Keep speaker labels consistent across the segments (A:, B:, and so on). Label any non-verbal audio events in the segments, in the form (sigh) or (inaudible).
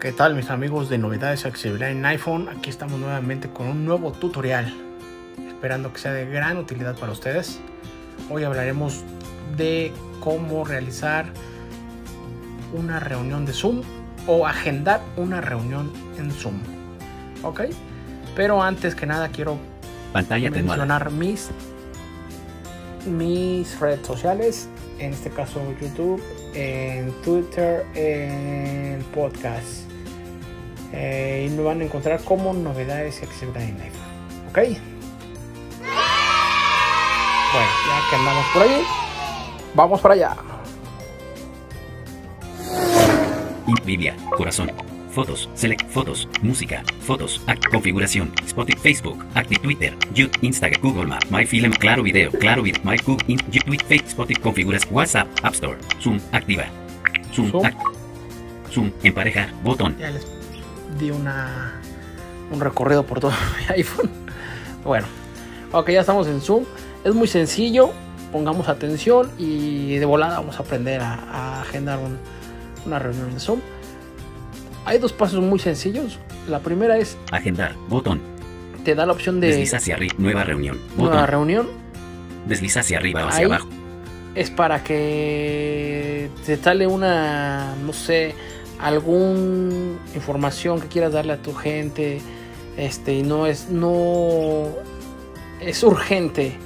A: ¿Qué tal mis amigos de novedades de accesibilidad en iPhone? Aquí estamos nuevamente con un nuevo tutorial, esperando que sea de gran utilidad para ustedes. Hoy hablaremos de cómo realizar una reunión de Zoom o agendar una reunión en Zoom. ¿Ok? Pero antes que nada quiero
B: Pantalla
A: mencionar mis, mis redes sociales, en este caso YouTube, en Twitter, en podcast. Eh, y lo van a encontrar como novedades y accesibilidad en iPhone. ¿Ok? Bueno, ya que andamos por ahí, vamos para allá.
B: tenuada. Biblia. Corazón. Fotos. Select. Fotos. Música. Fotos. Act. Configuración. Spotify. Facebook. Active Twitter. You. Instagram. Google Map. MyFilm. Claro Video. Claro Video. MyCook. In. You. Tweet. Fake. Spotify. Configuras. WhatsApp. App Store. Zoom. Activa. Zoom.
A: Zoom.
B: act- Zoom. Emparejar. Botón.
A: Ya les di una, un recorrido por todo (laughs) mi iPhone. Bueno, ok, ya estamos en Zoom. Es muy sencillo, pongamos atención y de volada vamos a aprender a, a agendar un- una reunión en Zoom. Hay dos pasos muy sencillos. La primera es,
B: Agendar. Botón.
A: te da la opción de
B: Desliza hacia arriba. Nueva reunión. Botón.
A: una reunión.
B: Desliza hacia arriba o hacia
A: Ahí.
B: abajo.
A: Es para que te sale una, no sé, alguna información que quieras darle a tu gente. Este, y no es, no es urgente.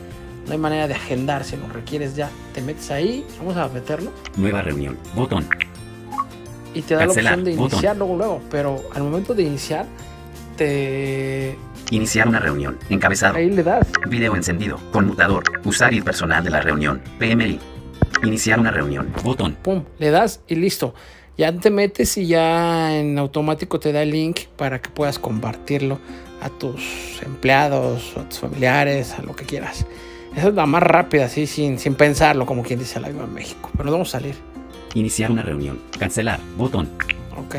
A: No hay manera de agendar, si lo requieres ya. Te metes ahí, vamos a meterlo.
B: Nueva reunión. Botón.
A: Y te da
B: Cancelar,
A: la opción de
B: botón.
A: iniciar luego, luego. Pero al momento de iniciar, te
B: Iniciar una reunión. Encabezado.
A: ahí le das.
B: Video encendido. Conmutador. Usar el personal de la reunión. PMI. Iniciar una reunión. Botón.
A: pum, le das y listo. Ya te metes y ya en automático te da el link para que puedas compartirlo a tus empleados, a tus familiares, a lo que quieras. Esa es la más rápida, así sin, sin pensarlo, como quien dice la Viva México. Pero nos vamos a salir.
B: Iniciar una reunión. Cancelar. Botón.
A: Ok.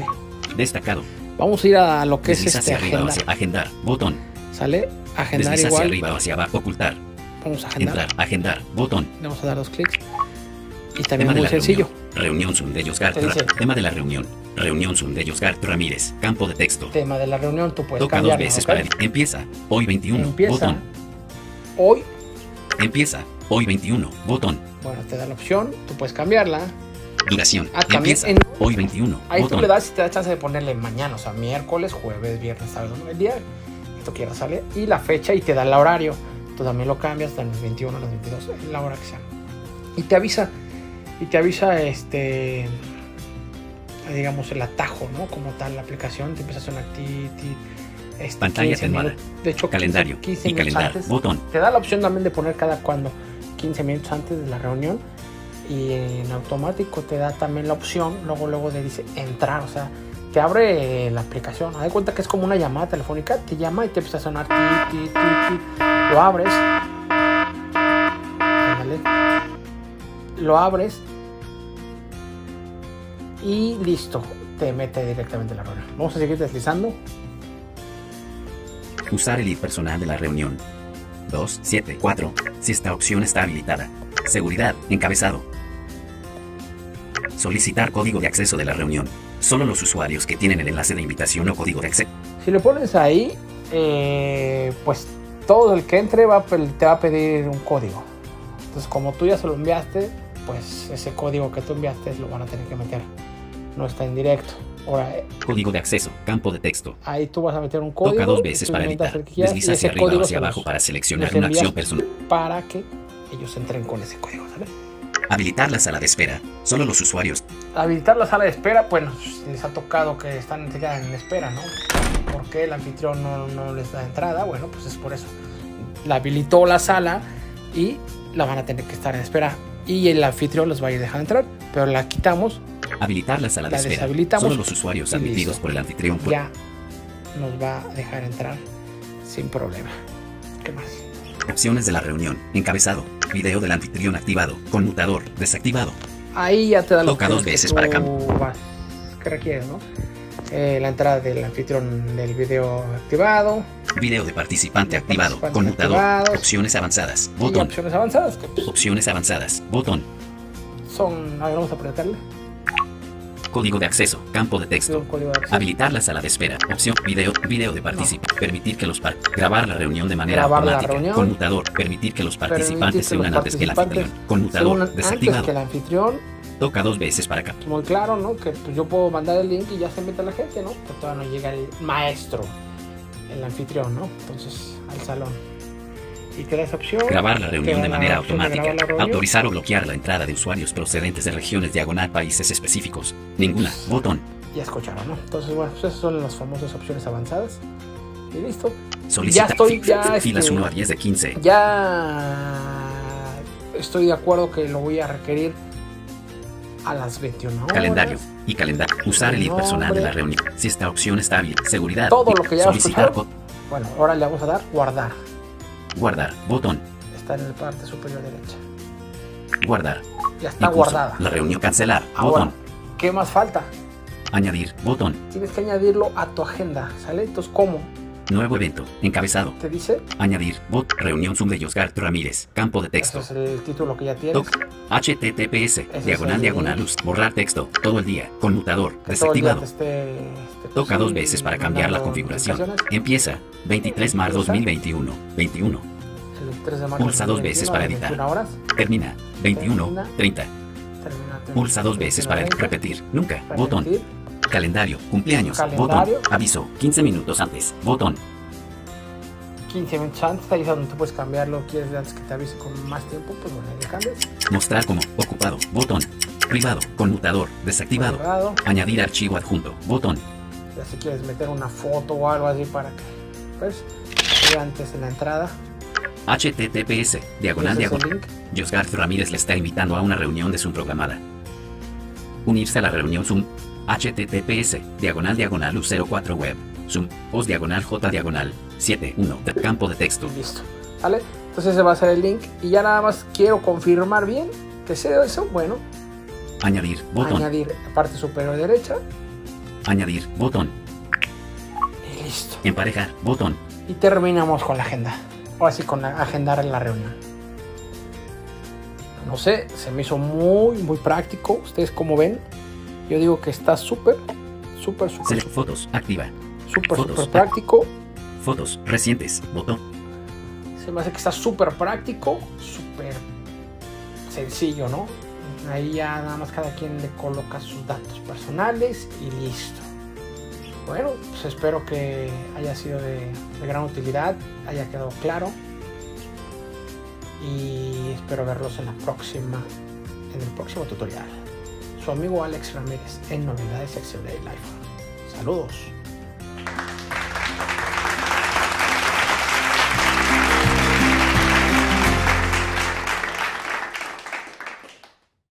B: Destacado.
A: Vamos a ir a lo que es
B: Desliza
A: este
B: hacia arriba o
A: agendar.
B: hacia agendar. Botón.
A: ¿Sale? Agendar
B: Desliza hacia
A: igual.
B: arriba o hacia abajo. Ocultar.
A: Vamos a agendar.
B: Entrar. Agendar. Botón.
A: Le vamos a dar dos clics. Y también
B: Tema de
A: muy
B: la
A: sencillo.
B: reunión. Reunión Zoom de Yosgart.
A: Te dice-
B: Tema de la reunión. Reunión Zoom de Yosgart Ramírez. Campo de texto.
A: Tema de la reunión, tú puedes
B: Toca dos
A: cambiarlo.
B: veces
A: ¿ok?
B: para el- Empieza. Hoy 21.
A: Empieza.
B: Botón.
A: Hoy
B: Empieza. Hoy 21. Botón.
A: Bueno, te da la opción, tú puedes cambiarla.
B: Duración.
A: Ah, también
B: Empieza.
A: en-
B: Hoy 21.
A: Ahí tú le
B: Botón.
A: das y te da chance de ponerle mañana, o sea, miércoles, jueves, viernes, sábado, domingo, el día que tú quieras, ¿sale? Y la fecha y te da el horario. Tú también lo cambias, dan las 21, las 22, en la hora que sea. Y te avisa, y te avisa este, digamos, el atajo, ¿no? Como tal, la aplicación te empieza a sonar ti, ti, este,
B: Pantalla
A: 15
B: atenuada.
A: minutos- De hecho, 15
B: Calendario.
A: 15
B: Y
A: minutos
B: calendario.
A: antes
B: Botón.
A: te da la opción también de poner cada cuando 15 minutos antes de la reunión y en automático te da también la opción luego luego te dice entrar o sea te abre eh, la aplicación haz de cuenta que es como una llamada telefónica te llama y te empieza a sonar ti, ti, ti, ti. lo abres ándale, lo abres y listo te mete directamente a la reunión vamos a seguir deslizando
B: Usar el ID personal de la reunión. 274. Si esta opción está habilitada. Seguridad, encabezado. Solicitar código de acceso de la reunión. Solo los usuarios que tienen el enlace de invitación o código de acceso.
A: Si lo pones ahí, eh, pues todo el que entre va, a pe- te va a pedir un código. Entonces, como tú ya se lo enviaste, pues ese código que tú enviaste lo van a tener que meter. No está en directo. Ahora, eh,
B: Código de acceso, campo de texto.
A: ahí tú vas a meter un código.
B: Toca dos
A: y
B: veces
A: tú
B: para
A: le metas
B: editar.
A: el que quieras,
B: Desliza
A: y
B: hacia
A: ese
B: arriba o
A: código
B: hacia
A: se los-
B: abajo para seleccionar
A: los
B: una
A: envías.
B: acción personal.
A: para que ellos entren con ese código, ¿sabes?
B: Habilitar la sala de espera. Solo los usuarios.
A: habilitar la sala de espera, bueno, les ha tocado que están ya en espera, ¿no? Porque el anfitrión no, no les da entrada, bueno, pues es por eso. La habilitó la sala y la van a tener que estar en espera. Y el anfitrión los va a ir dejando entrar, pero la quitamos,
B: Habilitar la sala de
A: La
B: espera.
A: deshabilitamos
B: Solo los usuarios
A: y
B: admitidos
A: listo.
B: por el anfitrión. por-
A: ya nos va a dejar entrar sin problema. ¿Qué más?
B: Opciones de la reunión. Encabezado. Video del anfitrión activado. Conmutador. Desactivado.
A: Ahí ya te da la
B: Toca
A: opción
B: dos
A: que
B: veces
A: tú
B: para cam-
A: vas- que requieres, no? Eh, la entrada del anfitrión del video activado.
B: Video de participante
A: De
B: activado.
A: participantes
B: Conmutador.
A: activados.
B: Opciones avanzadas.
A: Y
B: Botón.
A: opciones avanzadas, que pues,
B: Opciones avanzadas. Botón.
A: son. A ver, vamos a apretarle.
B: Código de acceso. Campo de
A: Tengo
B: texto.
A: un código de acceso.
B: Habilitar la sala de espera. Opción video, video de participantes. Permitir que los par grabar la reunión de manera
A: Grabar la
B: automática.
A: reunión.
B: Conmutador. Permitir que los participantes se
A: que los
B: unan antes que el anfitrión.
A: participantes Se
B: Conmutador
A: unan antes
B: desactivado.
A: que el anfitrión,
B: Toca dos veces para capturar.
A: muy claro, ¿no? Que pues, yo puedo mandar el link y ya se mete la gente, ¿no? Pero todavía no llega el maestro, el anfitrión, ¿no? Entonces, al salón. Y te da esa opción.
B: Grabar la reunión
A: da
B: de
A: la
B: manera
A: opción de
B: automática.
A: grabar la reunión.
B: Autorizar o bloquear la entrada de usuarios procedentes de regiones diagonal países específicos. Ninguna. Botón.
A: Ya escucharon, ¿no? Entonces, bueno, pues esas son las famosas opciones avanzadas. Y listo.
B: Solicitar
A: estoy- ya,
B: filas
A: este,
B: 1 a 10 de 15.
A: Ya estoy de acuerdo que lo voy a requerir a las 21 horas.
B: Calendario y calendario. Usar el ID personal de la
A: Nombre.
B: reunión. Si esta opción está bien. Seguridad.
A: Todo lo que ya
B: Solicitar
A: escucharon. Bueno, ahora le vamos a dar guardar.
B: co- Guardar. Botón.
A: Está en la parte superior derecha.
B: Guardar.
A: Ya está
B: Incluso
A: guardada.
B: La reunión cancelar.
A: Ahora,
B: Botón.
A: ¿qué más falta?
B: Añadir. Botón.
A: Tienes que añadirlo a tu agenda, ¿sale? Entonces, ¿cómo?
B: Nuevo evento. Encabezado.
A: Te dice.
B: Añadir. Bot. Reunión Zoom de Yosgart Ramírez. Campo de texto.
A: Eso es el título que ya tienes.
B: Toc. HTTPS.
A: es
B: Diagonal
A: el-
B: diagonal luz. Borrar texto. Todo el día. Conmutador.
A: Que todo el día
B: Desactivado.
A: te esté- esté,
B: Toca
A: pues,
B: dos
A: sí,
B: veces para cambiar la
A: mandando
B: configuración.
A: notificaciones.
B: Empieza. 23 mar 2021. 21.
A: El 3 de marzo
B: Pulsa dos veces
A: 2021,
B: para
A: a las
B: editar.
A: 21 horas.
B: Termina. 21. 30.
A: Termina-
B: Pulsa dos veces para
A: termina-
B: repetir. Nunca.
A: para
B: Botón.
A: repetir.
B: Calendario. Cumpleaños.
A: Calendario.
B: Botón. Aviso. 15 minutos antes. Botón.
A: 15 minutos antes, ahí es donde tú puedes cambiarlo. Quieres antes que te avise con más tiempo, pues bueno, ahí le cambias.
B: Mostrar como. Ocupado. Botón. Privado. Conmutador. Desactivado.
A: Privado.
B: Añadir archivo adjunto. Botón.
A: Ya si quieres meter una foto o algo así para que, pues, vea antes en la entrada.
B: HTTPS. Diagonal
A: Ese es el
B: diagonal.
A: link.
B: Yosgarth Ramírez le está invitando a una reunión de Zoom programada. Unirse a la reunión Zoom. HTTPS, diagonal diagonal U04 web. Zoom, os diagonal J diagonal 71 de campo de texto.
A: Listo. ¿Vale? Entonces ese va a ser el link. Y ya nada más quiero confirmar bien que sea eso. Bueno,
B: Añadir, botón.
A: añadir la parte superior derecha
B: Añadir, botón.
A: y listo.
B: Emparejar, botón.
A: Y terminamos con la agenda. Ahora sí, con la- agendar la reunión. No sé, se me hizo muy, muy práctico. Ustedes como ven, yo digo que está súper, súper, súper,
B: Select fotos, activa.
A: súper,
B: fotos.
A: súper práctico.
B: Fotos, recientes, botón.
A: Se me hace que está súper práctico, súper sencillo, ¿no? Ahí ya nada más cada quien le coloca sus datos personales y listo. Bueno, pues espero que haya sido de, de gran utilidad, haya quedado claro. Y espero verlos en la próxima, en el próximo tutorial. Su amigo Alex Ramírez en Novedades Excel del iPhone. Saludos.